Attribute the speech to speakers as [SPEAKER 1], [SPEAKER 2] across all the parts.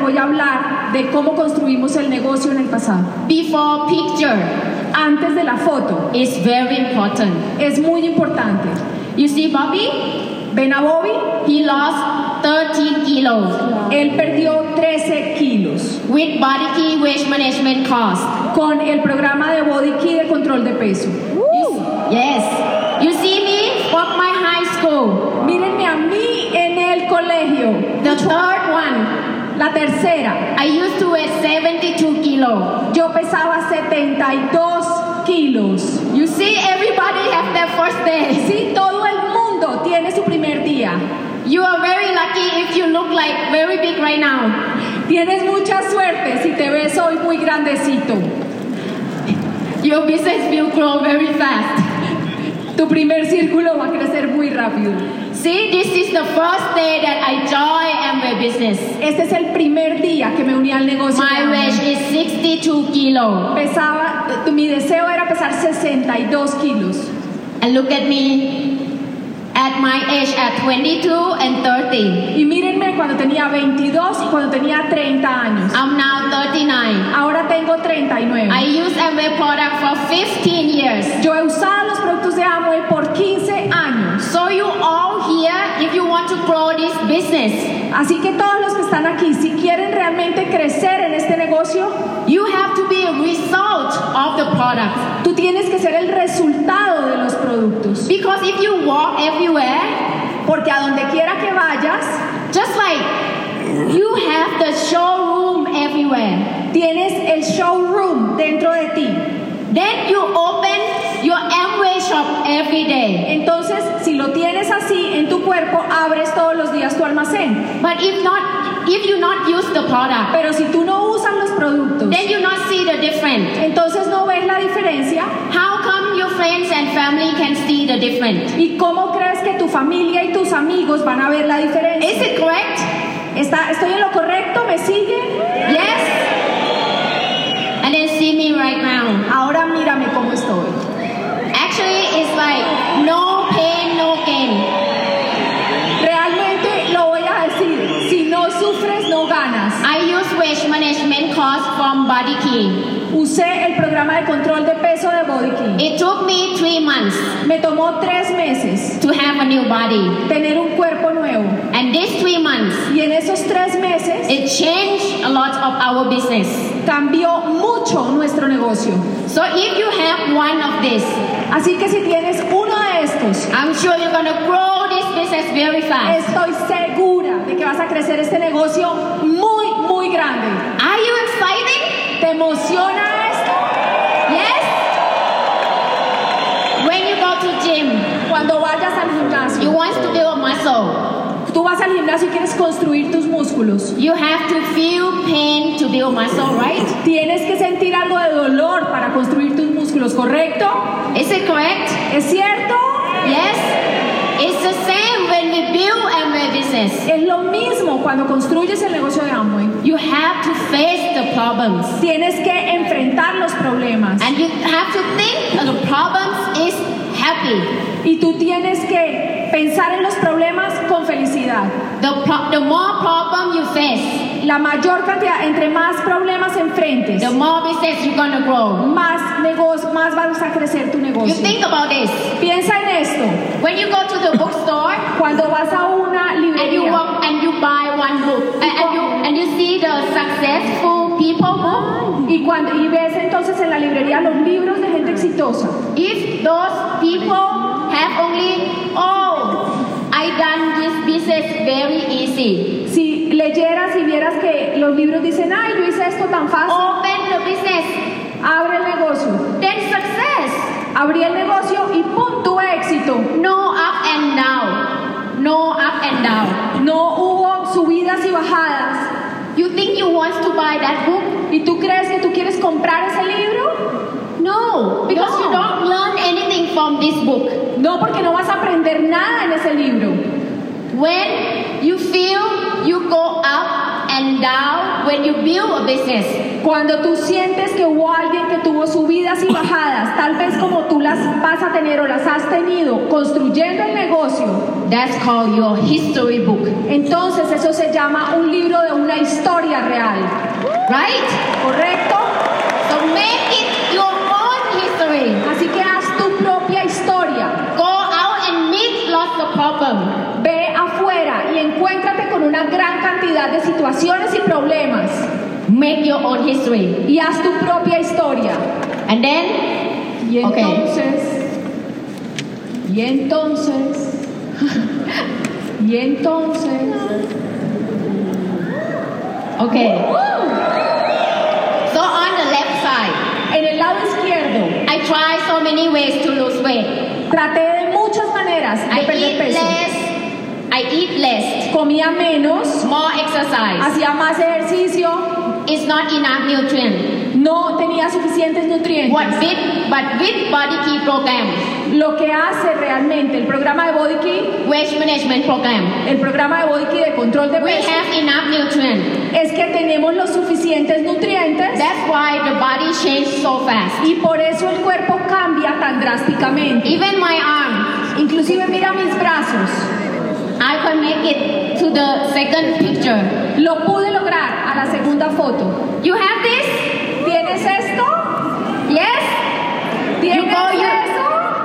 [SPEAKER 1] voy a hablar de cómo construimos el negocio en el pasado.
[SPEAKER 2] Before picture
[SPEAKER 1] Antes de la foto,
[SPEAKER 2] is very important.
[SPEAKER 1] es muy importante.
[SPEAKER 2] You see, Bobby,
[SPEAKER 1] Ven a Bobby,
[SPEAKER 2] he lost 13 kilos
[SPEAKER 1] él perdió 13 kilos
[SPEAKER 2] with body key weight management cost.
[SPEAKER 1] con el programa de Body Key de control de peso.
[SPEAKER 2] Uh. Yes. You see me from my high school.
[SPEAKER 1] Mírenme a mí en el colegio.
[SPEAKER 2] The third one,
[SPEAKER 1] La tercera,
[SPEAKER 2] I used to weigh 72 kilo.
[SPEAKER 1] yo pesaba 72 kilos.
[SPEAKER 2] You see, everybody have their first day.
[SPEAKER 1] Sí, todo el mundo tiene su primer día.
[SPEAKER 2] You are very lucky if you look like very big right now.
[SPEAKER 1] Tienes mucha suerte si te ves hoy muy grandecito.
[SPEAKER 2] Your business will grow very fast.
[SPEAKER 1] Tu primer círculo va a crecer muy rápido.
[SPEAKER 2] See, this is the first day that I joined Amway business.
[SPEAKER 1] Este es el primer día que me uní al negocio.
[SPEAKER 2] My weight is 62 kilo.
[SPEAKER 1] Pesaba, eh, mi deseo era pesar 62 kilos.
[SPEAKER 2] And look at me at my age at 22 and 30.
[SPEAKER 1] Y mírenme cuando tenía 22 y cuando tenía 30 años.
[SPEAKER 2] I'm now 39.
[SPEAKER 1] Ahora tengo 39.
[SPEAKER 2] I use Amway product for 15 years.
[SPEAKER 1] Yo he usado los productos de Amway por 15 años.
[SPEAKER 2] So you all here, if you want to grow this business,
[SPEAKER 1] Así que todos los que están aquí, si quieren realmente crecer en este negocio,
[SPEAKER 2] you have to be a result of the product.
[SPEAKER 1] tú tienes que ser el resultado de los productos.
[SPEAKER 2] Because if you walk everywhere,
[SPEAKER 1] Porque a donde quiera que vayas,
[SPEAKER 2] just like you have the showroom everywhere,
[SPEAKER 1] tienes el showroom dentro de ti.
[SPEAKER 2] then you open your Amway shop every day.
[SPEAKER 1] Entonces, si lo tienes así en tu cuerpo, abres todos los días tu almacén.
[SPEAKER 2] But if not, if you not use the product,
[SPEAKER 1] Pero si tú no usas los productos,
[SPEAKER 2] then you not see the difference.
[SPEAKER 1] entonces no ves la diferencia.
[SPEAKER 2] How come your friends and family can see the difference?
[SPEAKER 1] ¿Y cómo crees que tu familia y tus amigos van a ver la diferencia?
[SPEAKER 2] Is it correct?
[SPEAKER 1] ¿Está, ¿Estoy en lo correcto? ¿Me siguen?
[SPEAKER 2] Yes. And then see me right now.
[SPEAKER 1] Ahora mírame cómo estoy.
[SPEAKER 2] Actually, it's like no pain, no gain.
[SPEAKER 1] Realmente lo voy a decir, si no sufres no ganas.
[SPEAKER 2] I use waste management course from Body Key.
[SPEAKER 1] Usé el programa de control de peso de Body King.
[SPEAKER 2] It took me three months
[SPEAKER 1] Me tomó tres meses
[SPEAKER 2] to have a new body.
[SPEAKER 1] tener un cuerpo nuevo.
[SPEAKER 2] And these three months,
[SPEAKER 1] Y en esos tres meses
[SPEAKER 2] it changed a lot of our business.
[SPEAKER 1] cambió mucho nuestro negocio.
[SPEAKER 2] So if you have one of this,
[SPEAKER 1] Así que si tienes uno de estos,
[SPEAKER 2] I'm sure you're gonna grow this business very fast.
[SPEAKER 1] estoy segura de que vas a crecer este negocio muy, muy grande.
[SPEAKER 2] Are you excited?
[SPEAKER 1] ¿Te emociona esto?
[SPEAKER 2] Yes. When you go to gym,
[SPEAKER 1] Cuando vayas al
[SPEAKER 2] you
[SPEAKER 1] gimnasio,
[SPEAKER 2] want to build muscle.
[SPEAKER 1] tú vas al gimnasio y quieres construir tus músculos.
[SPEAKER 2] You have to feel pain to build muscle, right?
[SPEAKER 1] Tienes que sentir algo de dolor para construir tus músculos, ¿correcto?
[SPEAKER 2] Is it correct?
[SPEAKER 1] ¿Es cierto?
[SPEAKER 2] Yes. It's the same when we build Amway business.
[SPEAKER 1] Es lo mismo cuando construyes el negocio de Amway.
[SPEAKER 2] You have to face the problems.
[SPEAKER 1] Tienes que enfrentar los problemas
[SPEAKER 2] And you have to think of the problems is happy.
[SPEAKER 1] y tú tienes que pensar en los problemas con felicidad.
[SPEAKER 2] The, pro- the more problem you face,
[SPEAKER 1] La mayor cantidad, entre más problemas enfrentes,
[SPEAKER 2] the more business you're gonna grow.
[SPEAKER 1] más negocio, más vas a crecer tu
[SPEAKER 2] You
[SPEAKER 1] negocio.
[SPEAKER 2] think about this.
[SPEAKER 1] Piensa en esto.
[SPEAKER 2] When you go to the bookstore
[SPEAKER 1] Cuando vas a una
[SPEAKER 2] and you
[SPEAKER 1] librería
[SPEAKER 2] walk and you buy one book and, and you and you see the successful people book.
[SPEAKER 1] y cuando y ves entonces en la librería los libros de gente exitosa.
[SPEAKER 2] If those people have only, oh, I done this business very easy.
[SPEAKER 1] Si leyeras y vieras que los libros dicen, ay, yo hice esto tan fácil,
[SPEAKER 2] Open the business,
[SPEAKER 1] abre el negocio.
[SPEAKER 2] then success.
[SPEAKER 1] Abrí el negocio y pum, tuve éxito.
[SPEAKER 2] No up and down. No up and down.
[SPEAKER 1] No hubo subidas y bajadas.
[SPEAKER 2] You think you want to buy that book?
[SPEAKER 1] ¿Y tú crees que tú quieres comprar ese libro?
[SPEAKER 2] No, because you don't learn anything from this book.
[SPEAKER 1] No, porque no vas a aprender nada en ese libro.
[SPEAKER 2] When you feel you go up and down when you build a business,
[SPEAKER 1] Cuando tú sientes que hubo alguien que tuvo subidas y bajadas, tal vez como tú las vas a tener o las has tenido construyendo el negocio,
[SPEAKER 2] that's called your history book.
[SPEAKER 1] entonces eso se llama un libro de una historia real.
[SPEAKER 2] right?
[SPEAKER 1] ¿Correcto?
[SPEAKER 2] So make it your own history.
[SPEAKER 1] Así que haz tu propia historia.
[SPEAKER 2] Go out and meet lots of problems.
[SPEAKER 1] Ve afuera y encuéntrate con una gran cantidad de situaciones y problemas.
[SPEAKER 2] Make your own history.
[SPEAKER 1] Y haz tu propia historia.
[SPEAKER 2] And then
[SPEAKER 1] Y
[SPEAKER 2] Ok.
[SPEAKER 1] entonces. Y entonces. Y entonces.
[SPEAKER 2] okay. So on the left side,
[SPEAKER 1] ¡uh! En el lado izquierdo,
[SPEAKER 2] I try so many ways to lose weight.
[SPEAKER 1] traté de muchas maneras de
[SPEAKER 2] I
[SPEAKER 1] perder
[SPEAKER 2] eat
[SPEAKER 1] peso.
[SPEAKER 2] less. I eat less.
[SPEAKER 1] Comía menos,
[SPEAKER 2] More exercise.
[SPEAKER 1] hacía más ejercicio,
[SPEAKER 2] It's not enough nutrient.
[SPEAKER 1] no tenía suficientes nutrientes.
[SPEAKER 2] What with but with body key program,
[SPEAKER 1] Lo que hace realmente el programa de Body Key,
[SPEAKER 2] waste management program,
[SPEAKER 1] el programa de Body Key de control de
[SPEAKER 2] we
[SPEAKER 1] peso,
[SPEAKER 2] have enough nutrient.
[SPEAKER 1] es que tenemos los suficientes nutrientes
[SPEAKER 2] That's why the body changes so fast.
[SPEAKER 1] y por eso el cuerpo cambia tan drásticamente.
[SPEAKER 2] Even my arm,
[SPEAKER 1] Inclusive mira mis brazos,
[SPEAKER 2] I can make it to the second picture.
[SPEAKER 1] lo pude lograr a la segunda foto.
[SPEAKER 2] You have this?
[SPEAKER 1] ¿Tienes esto?
[SPEAKER 2] Yes. You
[SPEAKER 1] ¿Tienes
[SPEAKER 2] go
[SPEAKER 1] eso?
[SPEAKER 2] use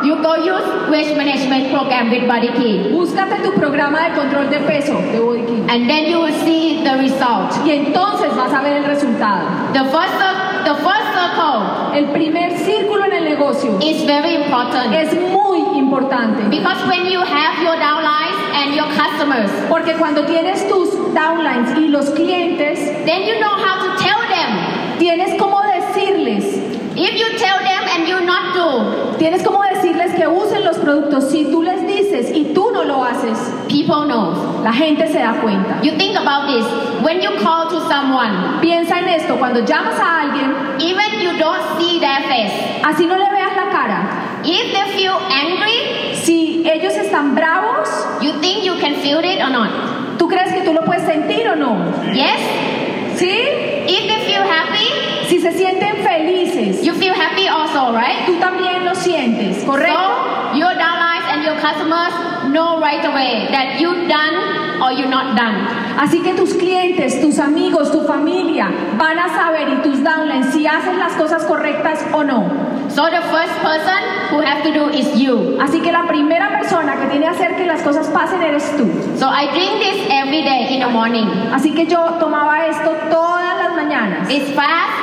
[SPEAKER 2] you go use waste management program with body key,
[SPEAKER 1] Búscate tu programa de control de peso de Body Key.
[SPEAKER 2] and then you will see the result.
[SPEAKER 1] y entonces vas a ver el resultado.
[SPEAKER 2] The first cir- the first circle
[SPEAKER 1] El primer círculo en el negocio
[SPEAKER 2] is very important.
[SPEAKER 1] es muy importante
[SPEAKER 2] Because when you have your downlines and your customers,
[SPEAKER 1] porque cuando tienes tus downlines y los clientes,
[SPEAKER 2] then you know how to tell them.
[SPEAKER 1] tienes cómo decirles,
[SPEAKER 2] If you tell them and you not do,
[SPEAKER 1] tienes cómo decirles que usen los productos. Si tú les dices y tú no lo haces,
[SPEAKER 2] people know.
[SPEAKER 1] la gente se da cuenta.
[SPEAKER 2] You think about this. When you call to someone,
[SPEAKER 1] Piensa en esto, cuando llamas a alguien,
[SPEAKER 2] even you don't see their face.
[SPEAKER 1] así no le veas la cara.
[SPEAKER 2] If they feel angry,
[SPEAKER 1] Si ellos están bravos,
[SPEAKER 2] you think you can feel it or not?
[SPEAKER 1] ¿tú crees que tú lo puedes sentir o no?
[SPEAKER 2] Yes.
[SPEAKER 1] ¿Sí?
[SPEAKER 2] If they feel happy,
[SPEAKER 1] Si se sienten felices,
[SPEAKER 2] you feel happy also, right?
[SPEAKER 1] tú también lo sientes,
[SPEAKER 2] So
[SPEAKER 1] ¿correcto?
[SPEAKER 2] your downlines and your customers know right away that you done or you not done.
[SPEAKER 1] Así que tus clientes, tus amigos, tu familia van a saber y tus downlines si haces las cosas correctas o no.
[SPEAKER 2] So the first person who have to do is you.
[SPEAKER 1] Así que la primera persona que tiene que hacer que las cosas pasen eres tú.
[SPEAKER 2] So I drink this every day in the morning.
[SPEAKER 1] Así que yo tomaba esto todas las mañanas.
[SPEAKER 2] It's fast,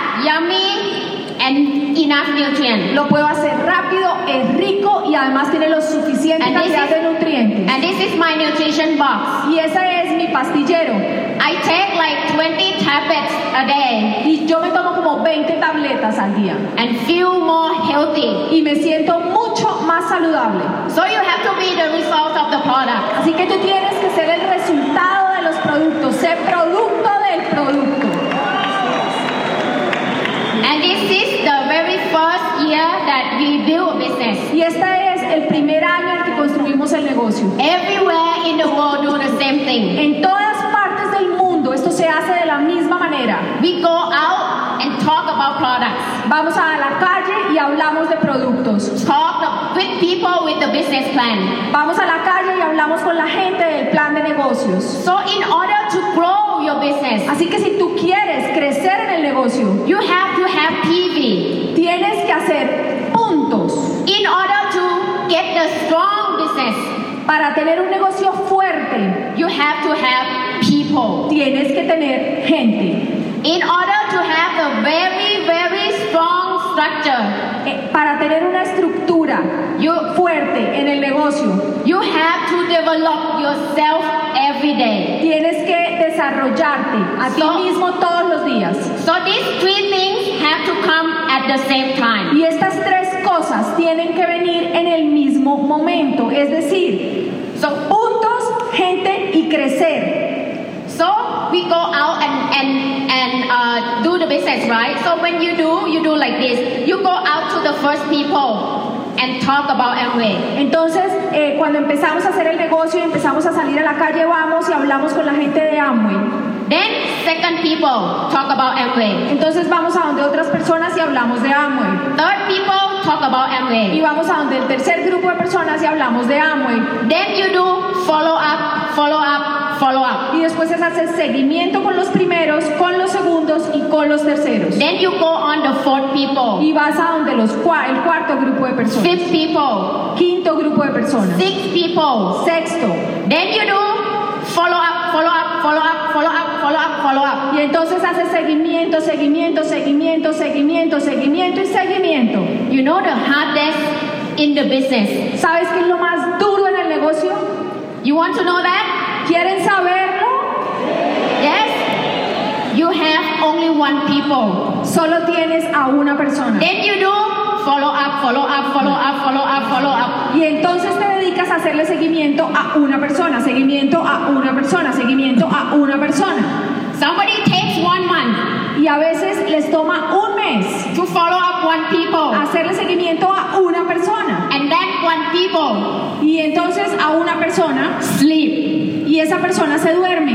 [SPEAKER 2] yummy, and enough nutrient.
[SPEAKER 1] Lo puedo hacer rápido, es rico y además tiene lo suficiente
[SPEAKER 2] And
[SPEAKER 1] cantidad
[SPEAKER 2] this
[SPEAKER 1] de
[SPEAKER 2] is-
[SPEAKER 1] nutrientes.
[SPEAKER 2] And this is my nutrition box.
[SPEAKER 1] Y ese es mi pastillero.
[SPEAKER 2] I take like 20 tablets a day
[SPEAKER 1] Y yo me tomo como 20 tabletas al día.
[SPEAKER 2] and feel more healthy.
[SPEAKER 1] Y me siento mucho más saludable.
[SPEAKER 2] So you have to be the result of the product.
[SPEAKER 1] Así que tú tienes que ser el resultado de los productos, ser producto del producto.
[SPEAKER 2] And this is the very first year that we build a business.
[SPEAKER 1] Y este es el primer año en que construimos el negocio.
[SPEAKER 2] Everywhere in the world do the same thing.
[SPEAKER 1] En todas partes del mundo esto se hace de la misma manera.
[SPEAKER 2] We go out and talk about products.
[SPEAKER 1] Vamos a la calle y hablamos de productos.
[SPEAKER 2] Talk with people with the business plan.
[SPEAKER 1] Vamos a la calle y hablamos con la gente del plan de negocios.
[SPEAKER 2] So in order to grow your business,
[SPEAKER 1] Así que si tú quieres crecer en el negocio,
[SPEAKER 2] you have to have PV.
[SPEAKER 1] tienes que hacer puntos
[SPEAKER 2] In order to get the strong business,
[SPEAKER 1] para tener un negocio fuerte.
[SPEAKER 2] you have to have people.
[SPEAKER 1] Tienes que tener gente.
[SPEAKER 2] In order to have a very, very strong structure,
[SPEAKER 1] Eh, para tener una estructura
[SPEAKER 2] you,
[SPEAKER 1] fuerte en el negocio,
[SPEAKER 2] you have to develop yourself every day.
[SPEAKER 1] tienes que desarrollarte a ti
[SPEAKER 2] So-
[SPEAKER 1] mismo todos los días.
[SPEAKER 2] So these three things have to come at the same time.
[SPEAKER 1] Y estas tres cosas tienen que venir en el mismo momento, es decir, son puntos, gente y crecer.
[SPEAKER 2] So we go out and, and, and uh, do the business, right? So when you do, you do like this. You go out to the first people and talk about Amway.
[SPEAKER 1] Entonces, eh, cuando empezamos a hacer el negocio y empezamos a salir a la calle, vamos y hablamos con la gente de Amway.
[SPEAKER 2] Then second people talk about Amway.
[SPEAKER 1] Entonces vamos a donde otras personas y hablamos de Amway.
[SPEAKER 2] Third people talk about
[SPEAKER 1] Y
[SPEAKER 2] Amway.
[SPEAKER 1] vamos a donde el tercer grupo de personas y hablamos de Amway.
[SPEAKER 2] Then you do follow up, follow up, follow up.
[SPEAKER 1] y después es hacer seguimiento con los primeros, con los con los terceros.
[SPEAKER 2] Then you go on the fourth people,
[SPEAKER 1] Y vas a donde los cua- el cuarto grupo de personas,
[SPEAKER 2] fifth people,
[SPEAKER 1] quinto grupo de personas,
[SPEAKER 2] sixth people.
[SPEAKER 1] sexto.
[SPEAKER 2] Then you do follow up, follow up, follow up, follow up, follow up, follow up.
[SPEAKER 1] Y entonces haces seguimiento, seguimiento, seguimiento, seguimiento, seguimiento y seguimiento.
[SPEAKER 2] You know the hardest in the business.
[SPEAKER 1] ¿Sabes qué es lo más duro en el negocio?
[SPEAKER 2] You want to know that?
[SPEAKER 1] ¿Quieren saberlo?
[SPEAKER 2] Yes. You have only one people.
[SPEAKER 1] Solo tienes a una persona.
[SPEAKER 2] Then you do follow up, follow up, follow up, follow up, follow up.
[SPEAKER 1] Y entonces te dedicas a hacerle seguimiento a una persona, seguimiento a una persona, seguimiento a una persona.
[SPEAKER 2] Somebody takes one month
[SPEAKER 1] Y a veces les toma un mes
[SPEAKER 2] to follow up one people,
[SPEAKER 1] hacerle seguimiento a una persona.
[SPEAKER 2] and that one people
[SPEAKER 1] Y entonces a una persona
[SPEAKER 2] sleep.
[SPEAKER 1] y esa persona se duerme.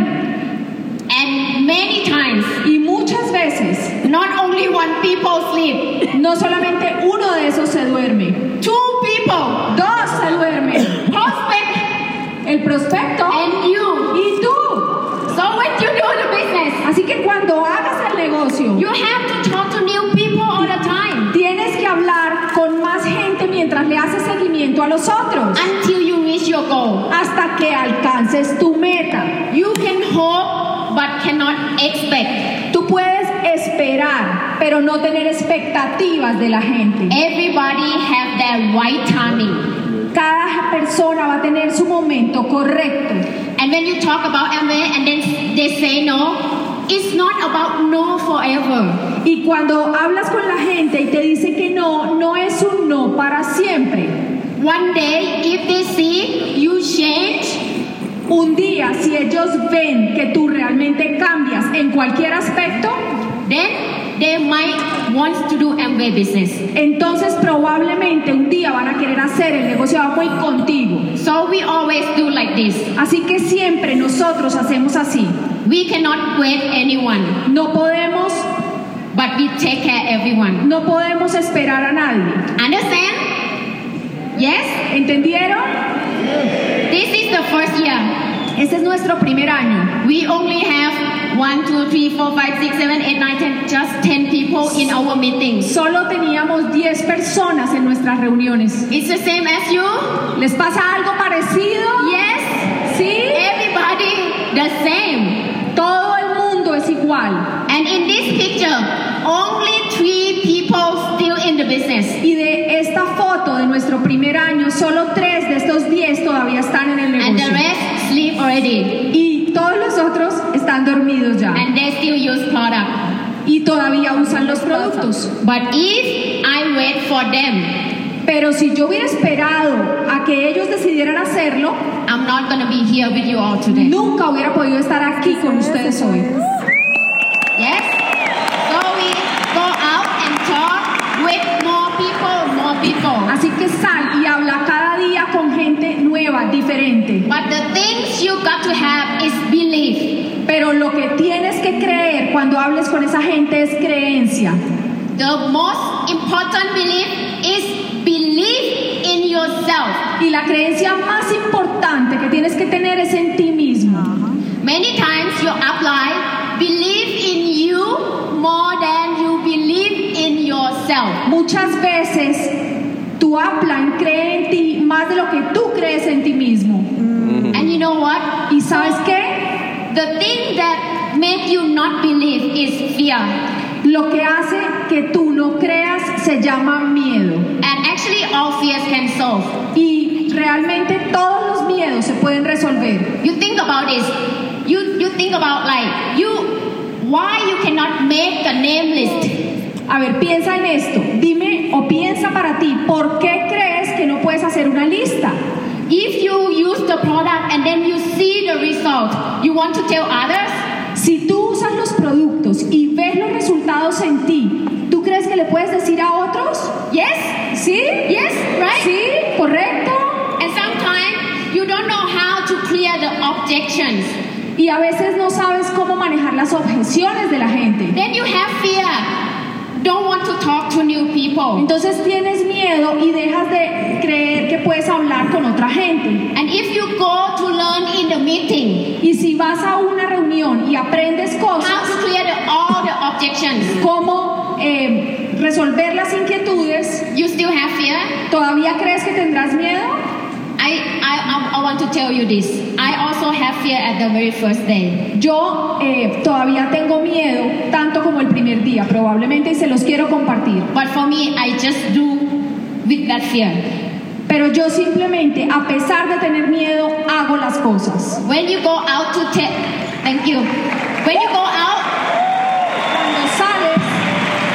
[SPEAKER 2] And many times,
[SPEAKER 1] Y muchas veces,
[SPEAKER 2] not only one people sleep,
[SPEAKER 1] no solamente uno de esos se duerme,
[SPEAKER 2] two people,
[SPEAKER 1] dos se duermen.
[SPEAKER 2] prospect,
[SPEAKER 1] El prospecto
[SPEAKER 2] and you.
[SPEAKER 1] y tú.
[SPEAKER 2] So when you do the business,
[SPEAKER 1] Así que cuando hagas el negocio,
[SPEAKER 2] you have to talk to new people all the time
[SPEAKER 1] tienes que hablar con más gente mientras le haces seguimiento a los otros.
[SPEAKER 2] until you reach your goal.
[SPEAKER 1] hasta que alcances tu meta.
[SPEAKER 2] You can hope but cannot expect.
[SPEAKER 1] Tú puedes esperar, pero no tener expectativas de la gente.
[SPEAKER 2] Everybody have their right timing.
[SPEAKER 1] Cada persona va a tener su momento correcto.
[SPEAKER 2] And when you talk about Amway and then they say no, it's not about no forever.
[SPEAKER 1] Y cuando hablas con la gente y te dice que no, no es un no para siempre.
[SPEAKER 2] One day, if they see you change,
[SPEAKER 1] Un día, si ellos ven que tú realmente cambias en cualquier aspecto,
[SPEAKER 2] then they might want to do Amway business.
[SPEAKER 1] entonces probablemente un día van a querer hacer el negocio muy contigo.
[SPEAKER 2] So we always do like this.
[SPEAKER 1] Así que siempre nosotros hacemos así.
[SPEAKER 2] We cannot wait anyone.
[SPEAKER 1] No podemos
[SPEAKER 2] But we take care everyone.
[SPEAKER 1] No podemos esperar a nadie.
[SPEAKER 2] Understand? Yes?
[SPEAKER 1] ¿Entendieron?
[SPEAKER 2] This is the first year.
[SPEAKER 1] Este es nuestro primer año.
[SPEAKER 2] We only have one, two, three, four, five, six, seven, eight, nine, ten, just 10 people in our meetings.
[SPEAKER 1] Solo teníamos 10 personas en nuestras reuniones.
[SPEAKER 2] It's the same as you?
[SPEAKER 1] ¿Les pasa algo parecido?
[SPEAKER 2] Yes?
[SPEAKER 1] Sí.
[SPEAKER 2] Everybody the same.
[SPEAKER 1] Todo el mundo es igual.
[SPEAKER 2] And in this picture, only three people still in the business.
[SPEAKER 1] Y de esta foto de nuestro primer año, solo 3 de estos 10 todavía están en el
[SPEAKER 2] And the
[SPEAKER 1] negocio.
[SPEAKER 2] rest sleep already.
[SPEAKER 1] Y todos los otros están dormidos ya.
[SPEAKER 2] And they still use product.
[SPEAKER 1] Y todavía usan los productos.
[SPEAKER 2] But if I wait for them,
[SPEAKER 1] Pero si yo hubiera esperado a que ellos decidieran hacerlo,
[SPEAKER 2] I'm not gonna be here with you all today.
[SPEAKER 1] nunca hubiera podido estar aquí con ustedes hoy.
[SPEAKER 2] Yes? So we go out and talk with more people, more people.
[SPEAKER 1] Así que sal y habla cada día con gente nueva, diferente.
[SPEAKER 2] But the things you got to have is belief.
[SPEAKER 1] Pero lo que tienes que creer cuando hables con esa gente es creencia.
[SPEAKER 2] The most important belief is belief in yourself.
[SPEAKER 1] Y la creencia más importante que tienes que tener es en ti mismo.
[SPEAKER 2] Many times you apply believe in you more than you believe in yourself.
[SPEAKER 1] Muchas veces tu upline cree en ti más de lo que tú crees en ti mismo.
[SPEAKER 2] And you know what?
[SPEAKER 1] ¿Y sabes qué?
[SPEAKER 2] The thing that make you not believe is fear.
[SPEAKER 1] Lo que hace que tú no creas se llama miedo.
[SPEAKER 2] And actually, all fears can solve.
[SPEAKER 1] Y realmente todos los miedos se pueden resolver.
[SPEAKER 2] You think about this. You you think about like you why you cannot make the name list.
[SPEAKER 1] A ver, piensa en esto. Dime o piensa para ti, ¿por qué crees que no puedes hacer una lista?
[SPEAKER 2] If you use the product and then you see the result, you want to tell others.
[SPEAKER 1] Si tú usas los productos y ves los resultados en ti, ¿tú crees que le puedes decir a otros?
[SPEAKER 2] Yes.
[SPEAKER 1] ¿Sí?
[SPEAKER 2] Yes, right?
[SPEAKER 1] ¿Sí? ¿Correcto?
[SPEAKER 2] And sometimes you don't know how to clear the objections.
[SPEAKER 1] Y a veces no sabes cómo manejar las objeciones de la gente.
[SPEAKER 2] Then you have fear. Don't want to talk to new people.
[SPEAKER 1] Entonces tienes miedo y dejas de creer que puedes hablar con otra gente.
[SPEAKER 2] And if you go to learn in the meeting
[SPEAKER 1] Y si vas a una reunión y aprendes
[SPEAKER 2] how
[SPEAKER 1] cosas,
[SPEAKER 2] to clear the, all the objections.
[SPEAKER 1] cómo eh, resolver las inquietudes.
[SPEAKER 2] You still have fear?
[SPEAKER 1] ¿Todavía crees que tendrás miedo?
[SPEAKER 2] I, I, I- I want to tell you this. I also have fear at the very first day.
[SPEAKER 1] Yo eh, todavía tengo miedo, tanto como el primer día probablemente, y se los quiero compartir.
[SPEAKER 2] But for me, I just do with that fear.
[SPEAKER 1] Pero yo simplemente, a pesar de tener miedo, hago las cosas.
[SPEAKER 2] When you go out to take, thank you. When you go out,
[SPEAKER 1] Cuando sales,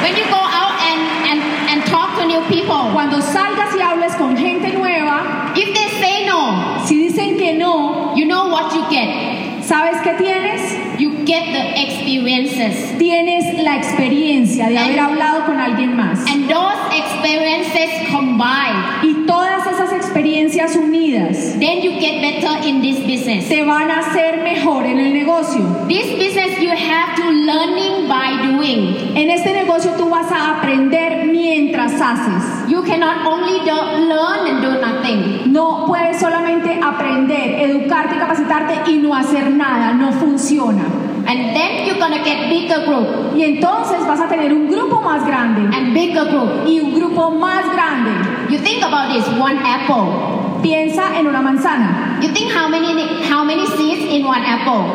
[SPEAKER 2] when you go out and, and, and talk to new people,
[SPEAKER 1] cuando salgas y hables con gente nueva,
[SPEAKER 2] if they say no,
[SPEAKER 1] si dicen que no,
[SPEAKER 2] you know what you get.
[SPEAKER 1] ¿sabes qué tienes?
[SPEAKER 2] You get the experiences.
[SPEAKER 1] Tienes la experiencia de haber hablado con alguien más.
[SPEAKER 2] And those experiences combined,
[SPEAKER 1] Y todas esas experiencias unidas
[SPEAKER 2] then you get better in this business.
[SPEAKER 1] te van a hacer mejor en el negocio.
[SPEAKER 2] This business you have to learning by doing.
[SPEAKER 1] En este negocio tú vas a aprender mientras haces.
[SPEAKER 2] You cannot only do, learn and do nothing.
[SPEAKER 1] No puedes solamente aprender, educarte, capacitarte y no hacer nada. No funciona.
[SPEAKER 2] And then you're gonna get bigger group
[SPEAKER 1] Y entonces vas a tener un grupo más grande
[SPEAKER 2] and bigger group.
[SPEAKER 1] y un grupo más grande.
[SPEAKER 2] You think about this one apple.
[SPEAKER 1] Piensa en una manzana.
[SPEAKER 2] You think how many how many seeds in one apple?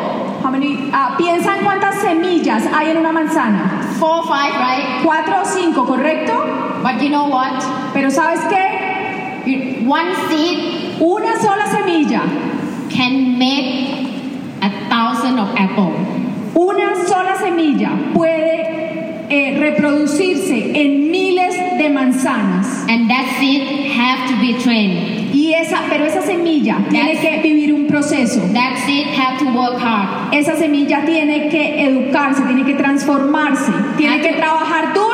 [SPEAKER 1] How many- ah, piensa en cuántas semillas hay en una manzana.
[SPEAKER 2] Four, five, right?
[SPEAKER 1] Cuatro o cinco, ¿correcto?
[SPEAKER 2] But you know what?
[SPEAKER 1] Pero ¿sabes qué?
[SPEAKER 2] You- one seed
[SPEAKER 1] Una sola semilla,
[SPEAKER 2] can make a thousand of apple.
[SPEAKER 1] una sola semilla puede eh, reproducirse en miles de manzanas.
[SPEAKER 2] And that seed have to be trained.
[SPEAKER 1] Y esa, pero esa semilla tiene que vivir un proceso.
[SPEAKER 2] That seed have to work hard.
[SPEAKER 1] Esa semilla tiene que educarse, tiene que transformarse, tiene que trabajar duro,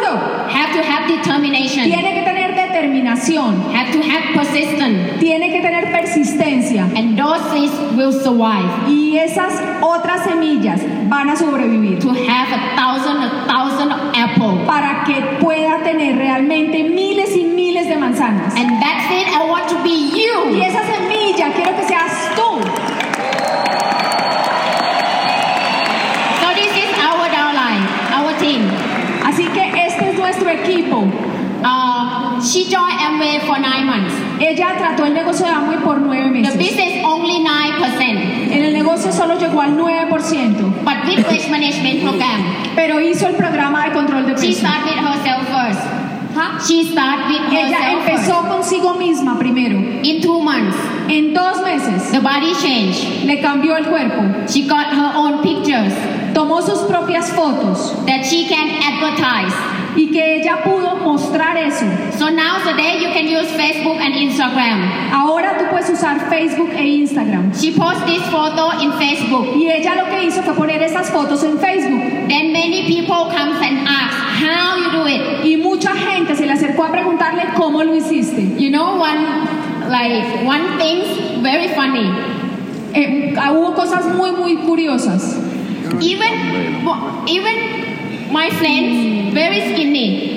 [SPEAKER 2] Have to have determination.
[SPEAKER 1] tiene que tener determinación,
[SPEAKER 2] Have to have persistence.
[SPEAKER 1] tiene que tener persistencia.
[SPEAKER 2] And those seeds will survive.
[SPEAKER 1] Y esas otras semillas van a sobrevivir
[SPEAKER 2] to have a thousand, a thousand apple.
[SPEAKER 1] para que pueda tener realmente miles y miles de manzanas.
[SPEAKER 2] And that's it. I want to be
[SPEAKER 1] Y
[SPEAKER 2] you.
[SPEAKER 1] esa semilla quiero que seas tú.
[SPEAKER 2] So this is our downline, our team.
[SPEAKER 1] Así que este es nuestro equipo.
[SPEAKER 2] Uh, she joined Amway for nine months.
[SPEAKER 1] Ella trató el negocio de Amway por nueve meses.
[SPEAKER 2] The business only nine percent,
[SPEAKER 1] En el negocio solo llegó al 9%,
[SPEAKER 2] but with waste management program,
[SPEAKER 1] pero hizo el programa de control de
[SPEAKER 2] she
[SPEAKER 1] precios.
[SPEAKER 2] started with herself first.
[SPEAKER 1] Ajá.
[SPEAKER 2] She started with
[SPEAKER 1] Ella
[SPEAKER 2] herself
[SPEAKER 1] empezó consigo misma primero.
[SPEAKER 2] first. In two months,
[SPEAKER 1] En dos meses
[SPEAKER 2] the body changed.
[SPEAKER 1] le cambió el cuerpo.
[SPEAKER 2] She got her own pictures
[SPEAKER 1] Tomó sus propias fotos
[SPEAKER 2] that she can advertise.
[SPEAKER 1] y que ella pudo mostrar eso.
[SPEAKER 2] So now today you can use Facebook and Instagram.
[SPEAKER 1] Ahora tú puedes usar Facebook e Instagram.
[SPEAKER 2] She posted this photo in Facebook.
[SPEAKER 1] Y ella lo que hizo fue poner esas fotos en Facebook.
[SPEAKER 2] Then many people comes and ask how you do it.
[SPEAKER 1] Y mucha gente se le acercó a preguntarle cómo lo hiciste.
[SPEAKER 2] You know one like one thing very funny.
[SPEAKER 1] Eh, ah, hubo cosas muy, muy curiosas.
[SPEAKER 2] Even even my friends very skinny.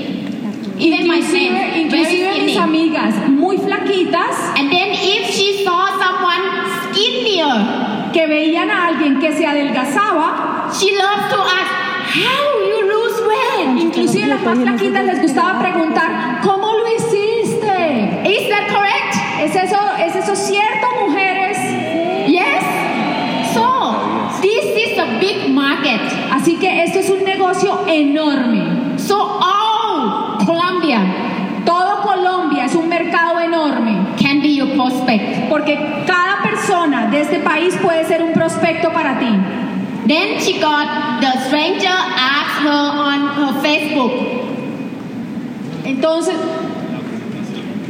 [SPEAKER 2] Even my
[SPEAKER 1] Inclusive,
[SPEAKER 2] friends very
[SPEAKER 1] inclusive mis
[SPEAKER 2] skinny.
[SPEAKER 1] amigas muy flaquitas
[SPEAKER 2] And then if she saw someone skinnier,
[SPEAKER 1] que veían a alguien que se adelgazaba,
[SPEAKER 2] she loves to ask how you lose weight.
[SPEAKER 1] inclusive las más flaquitas les gustaba preguntar, ¿cómo lo hiciste?
[SPEAKER 2] Is that correct?
[SPEAKER 1] ¿Es eso, ¿Es eso cierto, mujeres?
[SPEAKER 2] Yes. So this is a big market.
[SPEAKER 1] Así que esto es un negocio enorme.
[SPEAKER 2] So all Colombia
[SPEAKER 1] Todo Colombia es un mercado enorme,
[SPEAKER 2] can be your prospect.
[SPEAKER 1] porque cada persona de este país puede ser un prospecto para ti.
[SPEAKER 2] Then she got the stranger asked her on her Facebook.
[SPEAKER 1] Entonces,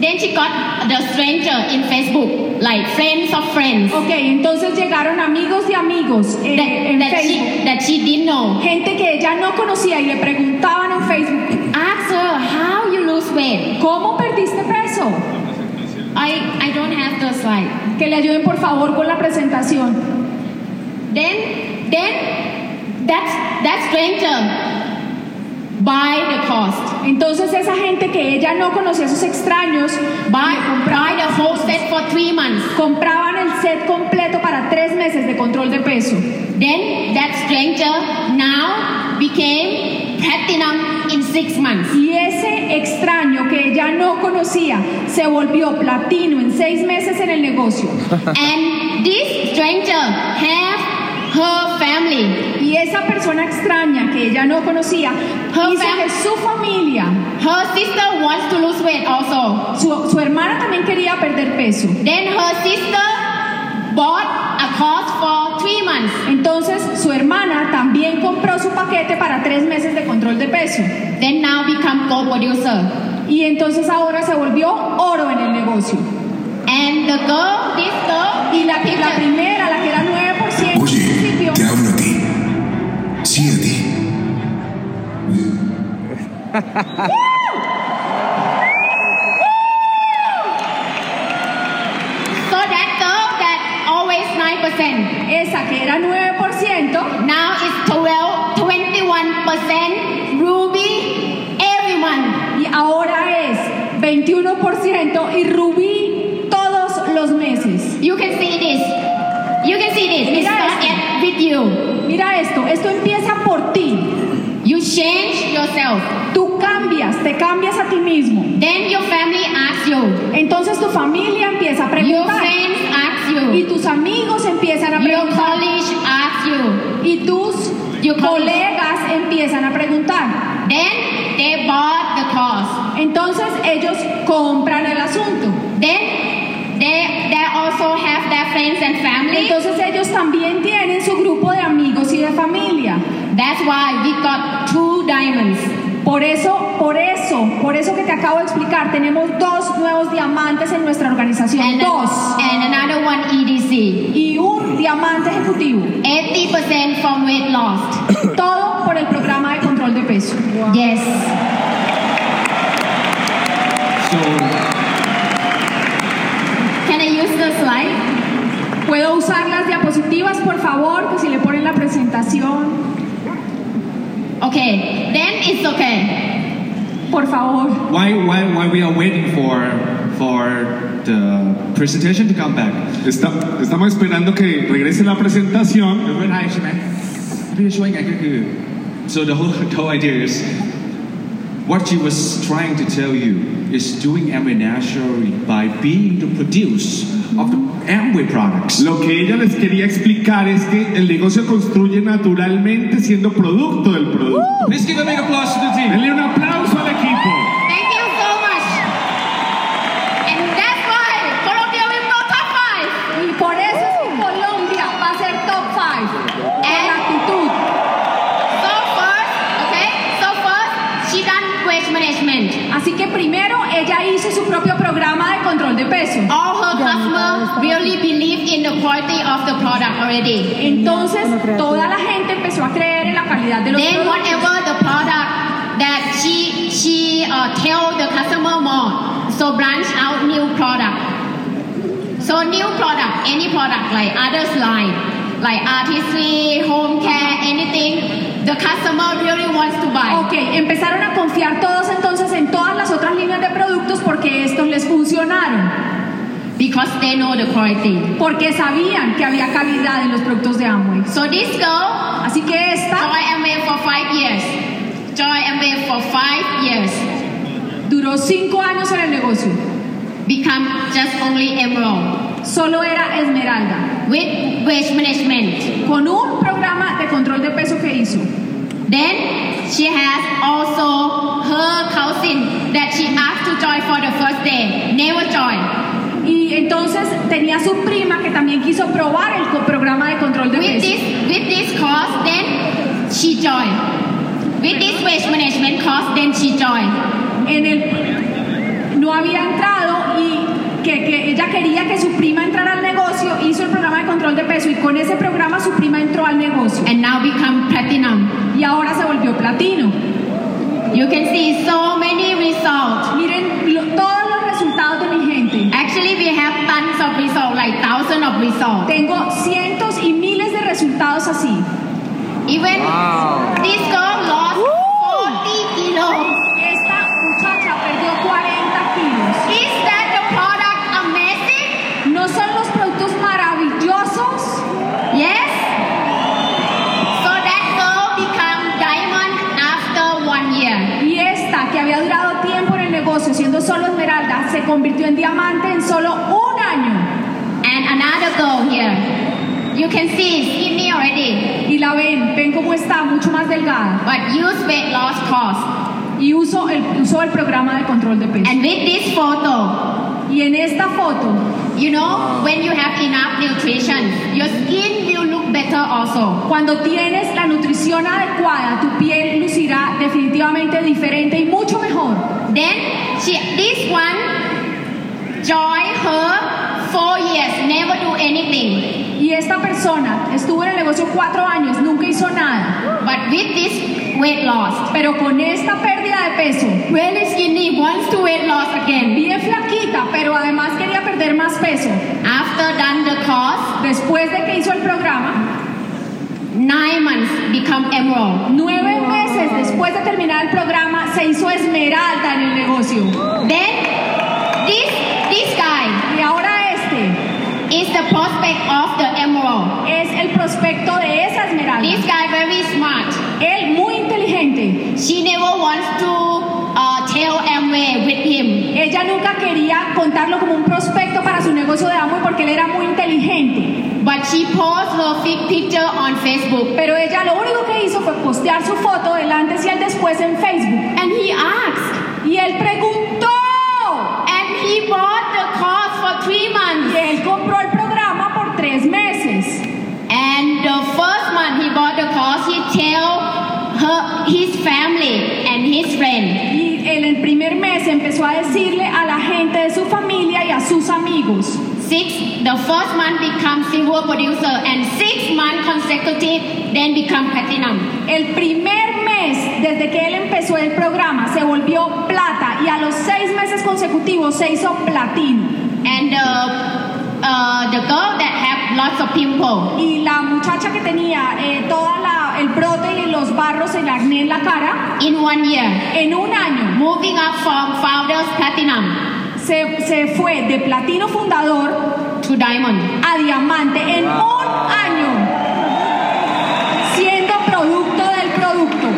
[SPEAKER 2] Then she got the stranger in Facebook, like friends of friends
[SPEAKER 1] ok, entonces llegaron amigos de amigos eh,
[SPEAKER 2] that,
[SPEAKER 1] en
[SPEAKER 2] that she
[SPEAKER 1] Facebook.
[SPEAKER 2] that she didn't know.
[SPEAKER 1] Gente que ella no conocía y le preguntaban en Facebook,
[SPEAKER 2] Ask her how you lose weight.
[SPEAKER 1] ¿cómo perdiste peso?
[SPEAKER 2] I I don't have the slide.
[SPEAKER 1] Que le ayuden por favor con la presentación.
[SPEAKER 2] Then then that that stranger buy the cost.
[SPEAKER 1] Entonces esa gente que ella no conocía, esos extraños,
[SPEAKER 2] Buy buy the whole set for three months.
[SPEAKER 1] compraban el set completo para tres meses de control de peso.
[SPEAKER 2] Then that stranger now became pret- six months.
[SPEAKER 1] Y ese extraño que ella no conocía se volvió platino en seis meses en el negocio.
[SPEAKER 2] and this stranger have her family,
[SPEAKER 1] Y esa persona extraña que ella no conocía dice que su familia,
[SPEAKER 2] her sister wants to lose weight also.
[SPEAKER 1] su, su hermana también quería perder peso.
[SPEAKER 2] Then her sister bought a course for three months.
[SPEAKER 1] Entonces su hermana también compró su paquete para tres meses de control de peso.
[SPEAKER 2] Then now become co-producer.
[SPEAKER 1] Y entonces ahora se volvió oro en el negocio.
[SPEAKER 2] And the girl, this girl,
[SPEAKER 1] Y la, que- la primera, la que era 9% al
[SPEAKER 3] Oye,
[SPEAKER 1] principio,
[SPEAKER 3] te hablo a ti. Sí, a ti.
[SPEAKER 2] so that girl that always 9%,
[SPEAKER 1] esa que era 9%,
[SPEAKER 2] now is 12, 21% Ruby every month.
[SPEAKER 1] y ahora es 21% y rubí todos los meses.
[SPEAKER 2] You can see this. You can see this. It
[SPEAKER 1] Mira
[SPEAKER 2] starts
[SPEAKER 1] esto.
[SPEAKER 2] at with you.
[SPEAKER 1] Mira esto, esto empieza por ti.
[SPEAKER 2] You change yourself.
[SPEAKER 1] Tú cambias, te cambias a ti mismo.
[SPEAKER 2] Then your family asks you.
[SPEAKER 1] Entonces tu familia empieza a
[SPEAKER 2] Your
[SPEAKER 1] preguntar
[SPEAKER 2] friends ask
[SPEAKER 1] y
[SPEAKER 2] you.
[SPEAKER 1] tus amigos empiezan a
[SPEAKER 2] Your
[SPEAKER 1] preguntar
[SPEAKER 2] college asks you.
[SPEAKER 1] y tus
[SPEAKER 2] Your colleagues.
[SPEAKER 1] colegas empiezan a preguntar.
[SPEAKER 2] Then they bought the course.
[SPEAKER 1] Entonces ellos compran el asunto.
[SPEAKER 2] Then they they also have their friends and family.
[SPEAKER 1] Entonces ellos también tienen su grupo de amigos y de familia.
[SPEAKER 2] That's why we got two diamonds.
[SPEAKER 1] Por eso, por eso, por eso que te acabo de explicar, tenemos dos nuevos diamantes en nuestra organización,
[SPEAKER 2] And, a-
[SPEAKER 1] dos
[SPEAKER 2] and another one E EDC.
[SPEAKER 1] y un diamante ejecutivo.
[SPEAKER 2] 80% from weight lost.
[SPEAKER 1] Todo por el programa de control de peso.
[SPEAKER 2] Yes.
[SPEAKER 4] So
[SPEAKER 2] Can I use the slide?
[SPEAKER 1] Puedo usar las diapositivas, por favor, que si le ponen la presentación,
[SPEAKER 2] Okay. Then it's okay.
[SPEAKER 1] por favor.
[SPEAKER 4] why why why we are waiting for for the presentation to come back?
[SPEAKER 5] Está- estamos esperando que regrese la presentación.
[SPEAKER 4] เดี๋ยวเพื่อนไทยใช่ไหมพี่จะช่วยไงก็คือ so the whole the whole idea is what she was trying to tell you is doing Amway naturally by being the produce of the Amway products
[SPEAKER 5] Lo que ella les quería explicar es que el negocio construye naturalmente siendo producto del producto.
[SPEAKER 4] let's give a big applause to the team
[SPEAKER 5] Denle un aplauso al equipo.
[SPEAKER 2] Thank you so much. And that's why Colombia will go top five.
[SPEAKER 1] Y por eso es que Colombia va a ser top 5 en actitud.
[SPEAKER 2] So first, okay. So first, she done waste management.
[SPEAKER 1] Así que primero ella hizo su propio programa de control de peso.
[SPEAKER 2] All her customers really believe in the quality of the product already.
[SPEAKER 1] Entonces toda la gente empezó a creer en la calidad de los
[SPEAKER 2] Then
[SPEAKER 1] productos.
[SPEAKER 2] whatever the product that she she uh, tell the customer more, so branch out new product. So new product, any product like others line, like artistry, home care, anything, the customer really wants to buy.
[SPEAKER 1] Ok, empezaron a confiar todos entonces en todas las otras líneas de productos porque estos les funcionaron,
[SPEAKER 2] because they know the quality.
[SPEAKER 1] porque sabían que había calidad en los productos de Amway.
[SPEAKER 2] So this girl
[SPEAKER 1] Así que esta
[SPEAKER 2] joined Amway for five years. Joined Amway for five years.
[SPEAKER 1] duró cinco años en el negocio,
[SPEAKER 2] become just only emerald
[SPEAKER 1] solo era Esmeralda,
[SPEAKER 2] with waste management.
[SPEAKER 1] con un programa de control de peso que hizo.
[SPEAKER 2] Then she has also her cousin that she asked to join for the first day. Never join.
[SPEAKER 1] Y entonces tenía su prima que también quiso probar el co- programa de control de
[SPEAKER 2] With
[SPEAKER 1] peso.
[SPEAKER 2] this with this course, then she joined. With this waste management course, then she joined.
[SPEAKER 1] En el, no había entrado y que, que ella quería que su prima entrara al negocio, hizo el programa de control de peso y con ese programa su prima entró al negocio
[SPEAKER 2] And now become platinum.
[SPEAKER 1] y ahora se volvió platino.
[SPEAKER 2] You can see so many results.
[SPEAKER 1] Miren lo- todos los resultados de mi gente.
[SPEAKER 2] Actually, we have tons of results, like thousands of results.
[SPEAKER 1] Tengo cientos y miles de resultados así.
[SPEAKER 2] Even this girl lost 40 kilos.
[SPEAKER 1] Esta muchacha perdió 40 kilos.
[SPEAKER 2] Is that the product amazing?
[SPEAKER 1] ¿No son los productos maravillosos?
[SPEAKER 2] Yes. So that girl become diamond after one year.
[SPEAKER 1] Y es solo esmeralda, se convirtió en diamante en solo un año.
[SPEAKER 2] And another girl here. You can see skinny already,
[SPEAKER 1] Y la ven, ven cómo está, mucho más delgada.
[SPEAKER 2] but use weight loss course.
[SPEAKER 1] Y usó el, usó el programa de control de peso.
[SPEAKER 2] And with this photo,
[SPEAKER 1] Y en esta foto,
[SPEAKER 2] you know, when you have enough nutrition, your skin will look better also.
[SPEAKER 1] cuando tienes la nutrición adecuada, tu piel lucirá definitivamente diferente y mucho mejor.
[SPEAKER 2] Then she, this one, joy her four years, never do anything.
[SPEAKER 1] Y esta persona estuvo en el negocio cuatro años, nunca hizo nada,
[SPEAKER 2] But with this weight loss,
[SPEAKER 1] pero con esta pérdida de peso,
[SPEAKER 2] really skinny wants to weight loss again.
[SPEAKER 1] bien flaquita, pero además quería perder más peso.
[SPEAKER 2] After done the course,
[SPEAKER 1] Después de que hizo el programa,
[SPEAKER 2] nine months become emerald.
[SPEAKER 1] nueve meses después de terminar el programa, se hizo esmeralda en el negocio.
[SPEAKER 2] Then this this guy
[SPEAKER 1] Y ahora este
[SPEAKER 2] is the prospect of the emerald.
[SPEAKER 1] es el prospecto de esa esmeralda.
[SPEAKER 2] This guy very smart.
[SPEAKER 1] Él muy inteligente.
[SPEAKER 2] She never wants to uh, tell Amway with him.
[SPEAKER 1] Ella nunca quería contarlo como un prospecto para su negocio de Amway porque él era muy inteligente.
[SPEAKER 2] But she posts her fake picture on Facebook.
[SPEAKER 1] Pero ella lo único que hizo fue postear su foto del antes y el después en Facebook.
[SPEAKER 2] And he asked.
[SPEAKER 1] Y él preguntó.
[SPEAKER 2] And he bought the course for three
[SPEAKER 1] Y
[SPEAKER 2] months.
[SPEAKER 1] él compró el programa por tres meses.
[SPEAKER 2] And the first month he bought the course, he tell her his family and his friend.
[SPEAKER 1] Y en el primer mes empezó a decirle a la gente de su familia y a sus amigos.
[SPEAKER 2] Six, the first month become silver producer and six month consecutive then become platinum.
[SPEAKER 1] El primer mes desde que él empezó el programa se volvió plata y a los seis meses consecutivos se hizo platino.
[SPEAKER 2] And uh, uh, the girl that have lots of pimple,
[SPEAKER 1] Y la muchacha que tenía eh, toda la, el brote y los barros, el acné en la cara,
[SPEAKER 2] in one year,
[SPEAKER 1] en un año
[SPEAKER 2] moving up from founders platinum
[SPEAKER 1] se, se fue de platino fundador
[SPEAKER 2] to diamond.
[SPEAKER 1] a diamante en un año, siendo producto del producto.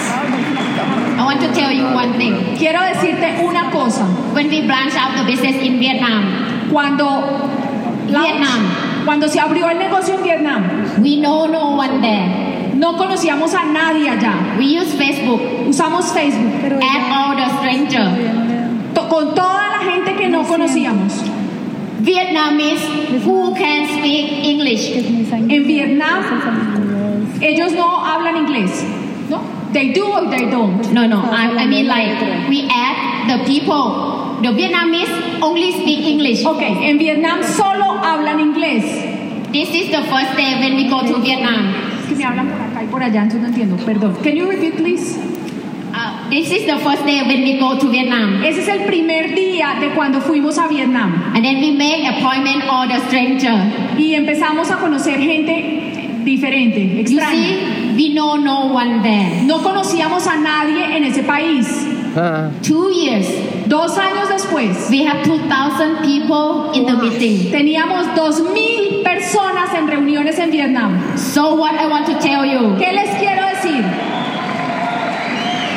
[SPEAKER 2] I want to tell you one thing.
[SPEAKER 1] Quiero decirte una cosa.
[SPEAKER 2] When we branch out the business in Vietnam,
[SPEAKER 1] Cuando
[SPEAKER 2] Vietnam.
[SPEAKER 1] cuando se abrió el negocio en Vietnam,
[SPEAKER 2] we know no one there.
[SPEAKER 1] no conocíamos a nadie allá.
[SPEAKER 2] We use Facebook,
[SPEAKER 1] Usamos Facebook
[SPEAKER 2] add all the stranger.
[SPEAKER 1] to- con toda la gente que no conocíamos.
[SPEAKER 2] Vietnamese who can speak English.
[SPEAKER 1] En Vietnam, ellos no hablan inglés. ¿no? They do or they don't.
[SPEAKER 2] No, no. I, I mean like we add the people. The Vietnamese only speak English.
[SPEAKER 1] Ok, en Vietnam solo hablan inglés.
[SPEAKER 2] This is the first day when we go to Vietnam.
[SPEAKER 1] Es que me hablan por acá y por allá, entonces no entiendo. Perdón. Can you repeat, please?
[SPEAKER 2] Uh, this is the first day when we go to Vietnam.
[SPEAKER 1] Ese es el primer día de cuando fuimos a Vietnam.
[SPEAKER 2] And then we make appointment all the stranger.
[SPEAKER 1] y empezamos a conocer gente diferente,
[SPEAKER 2] You
[SPEAKER 1] extraña.
[SPEAKER 2] see, we know no one there.
[SPEAKER 1] No conocíamos a nadie en ese país.
[SPEAKER 2] Two years,
[SPEAKER 1] Dos años después,
[SPEAKER 2] we have 2,000 people in the meeting.
[SPEAKER 1] teníamos dos mil personas en reuniones en Vietnam.
[SPEAKER 2] So what I want to tell you,
[SPEAKER 1] ¿Qué les quiero decir?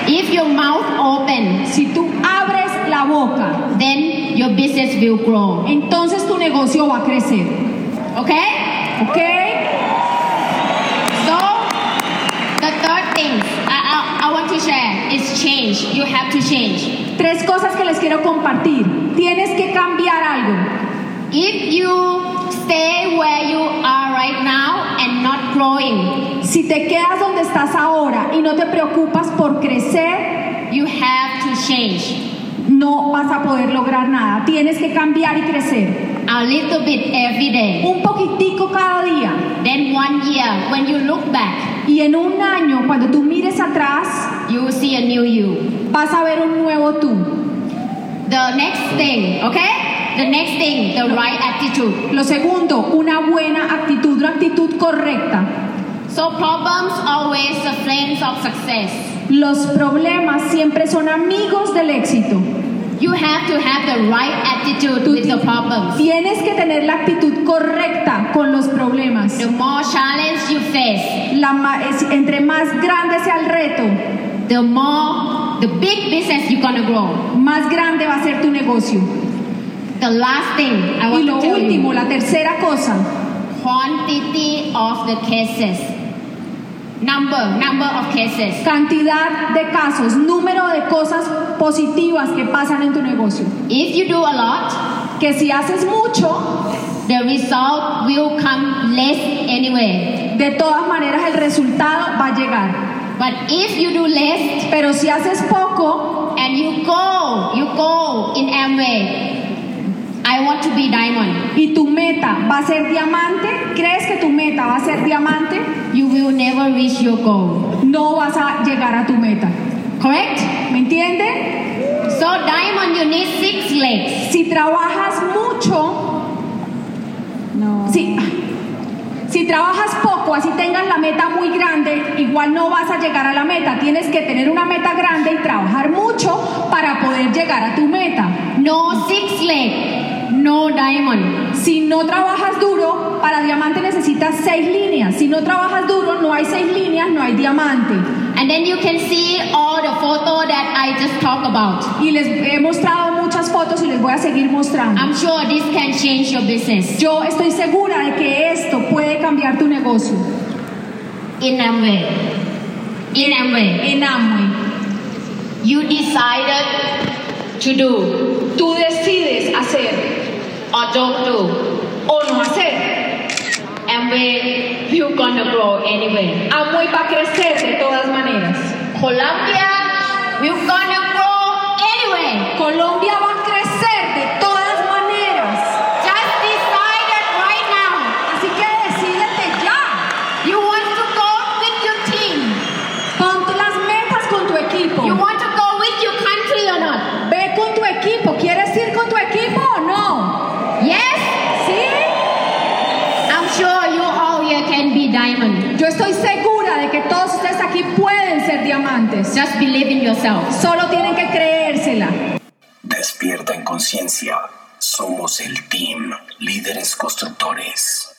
[SPEAKER 2] if your mouth open,
[SPEAKER 1] Si tú abres la boca,
[SPEAKER 2] then your business will grow.
[SPEAKER 1] entonces tu negocio va a crecer.
[SPEAKER 2] Okay?
[SPEAKER 1] ¿Ok?
[SPEAKER 2] So the third thing I, I, I want to share is change. You have to change.
[SPEAKER 1] Tres cosas que les quiero compartir. Tienes que cambiar algo.
[SPEAKER 2] If you stay where you are right now and not growing,
[SPEAKER 1] Si te quedas donde estás ahora y no te preocupas por crecer,
[SPEAKER 2] you have to change
[SPEAKER 1] no vas a poder lograr nada. Tienes que cambiar y crecer.
[SPEAKER 2] a little bit every day.
[SPEAKER 1] un poquitico cada día.
[SPEAKER 2] Then one year, when you look back,
[SPEAKER 1] Y en un año, cuando tú mires atrás,
[SPEAKER 2] you will see a new you.
[SPEAKER 1] vas a ver un nuevo tú.
[SPEAKER 2] The next thing, okay? The next thing, the right attitude.
[SPEAKER 1] Lo segundo, una buena actitud, una actitud correcta.
[SPEAKER 2] So problems always the friends of success.
[SPEAKER 1] Los problemas siempre son amigos del éxito.
[SPEAKER 2] You have to have the right attitude with the problems.
[SPEAKER 1] Tienes que tener la actitud correcta con los problemas.
[SPEAKER 2] The more challenge you face,
[SPEAKER 1] La ma- es- entre más grande sea el reto,
[SPEAKER 2] the more the big business you're gonna grow.
[SPEAKER 1] más grande va a ser tu negocio.
[SPEAKER 2] The last thing I
[SPEAKER 1] Y
[SPEAKER 2] want
[SPEAKER 1] lo
[SPEAKER 2] to tell
[SPEAKER 1] último,
[SPEAKER 2] you,
[SPEAKER 1] la tercera cosa,
[SPEAKER 2] quantity of the cases, number, number of cases.
[SPEAKER 1] cantidad de casos, número de cosas positivas que pasan en tu negocio.
[SPEAKER 2] If you do a lot,
[SPEAKER 1] Que si haces mucho,
[SPEAKER 2] the result will come less anyway.
[SPEAKER 1] de todas maneras el resultado va a llegar.
[SPEAKER 2] But if you do less
[SPEAKER 1] Pero si haces poco
[SPEAKER 2] and you go, you go in Amway. I want to be diamond.
[SPEAKER 1] y tu meta va a ser diamante, crees que tu meta va a ser diamante,
[SPEAKER 2] You will never reach your goal.
[SPEAKER 1] no vas a llegar a tu meta.
[SPEAKER 2] Correct?
[SPEAKER 1] ¿Me entienden?
[SPEAKER 2] So diamond, you need six legs.
[SPEAKER 1] Si trabajas mucho,
[SPEAKER 6] No.
[SPEAKER 1] si, si trabajas poco, así tengas la meta muy grande, igual no vas a llegar a la meta. Tienes que tener una meta grande y trabajar mucho para poder llegar a tu meta.
[SPEAKER 2] No six leg, no diamond.
[SPEAKER 1] Si no trabajas duro, para diamante necesitas seis líneas. Si no trabajas duro, no hay seis líneas, no hay diamante.
[SPEAKER 2] And then you can see all the photo that I just talked about.
[SPEAKER 1] Y les he mostrado muchas fotos y les voy a seguir mostrando.
[SPEAKER 2] I'm sure this can change your business
[SPEAKER 1] Yo estoy segura de que esto puede cambiar tu negocio.
[SPEAKER 2] in Amway. In Amway,
[SPEAKER 1] En Amway,
[SPEAKER 2] you decided to do
[SPEAKER 1] tú decides hacer
[SPEAKER 2] or don't do.
[SPEAKER 1] o no hacer.
[SPEAKER 2] Amway, you gonna grow anyway.
[SPEAKER 1] Amway va a crecer de todas maneras.
[SPEAKER 2] Colombia, you gonna grow anyway.
[SPEAKER 1] Colombia va a crecer de todas maneras.
[SPEAKER 2] Just decided right now.
[SPEAKER 1] Así que decídete ya.
[SPEAKER 2] You want to go with your team.
[SPEAKER 1] Pon tu- las metas con tu equipo.
[SPEAKER 2] You want to go with your country or not?
[SPEAKER 1] Ve con tu equipo. ¿Quieres ir con tu equipo o no?
[SPEAKER 2] Yes.
[SPEAKER 1] ¿Sí?
[SPEAKER 2] I'm sure you all here can be diamond.
[SPEAKER 1] Yo estoy segura de que todos ustedes aquí pueden ser diamantes.
[SPEAKER 2] Just believe in yourself.
[SPEAKER 1] Solo tienen que creérsela.
[SPEAKER 7] Despierta en conciencia. Somos el team Líderes Constructores.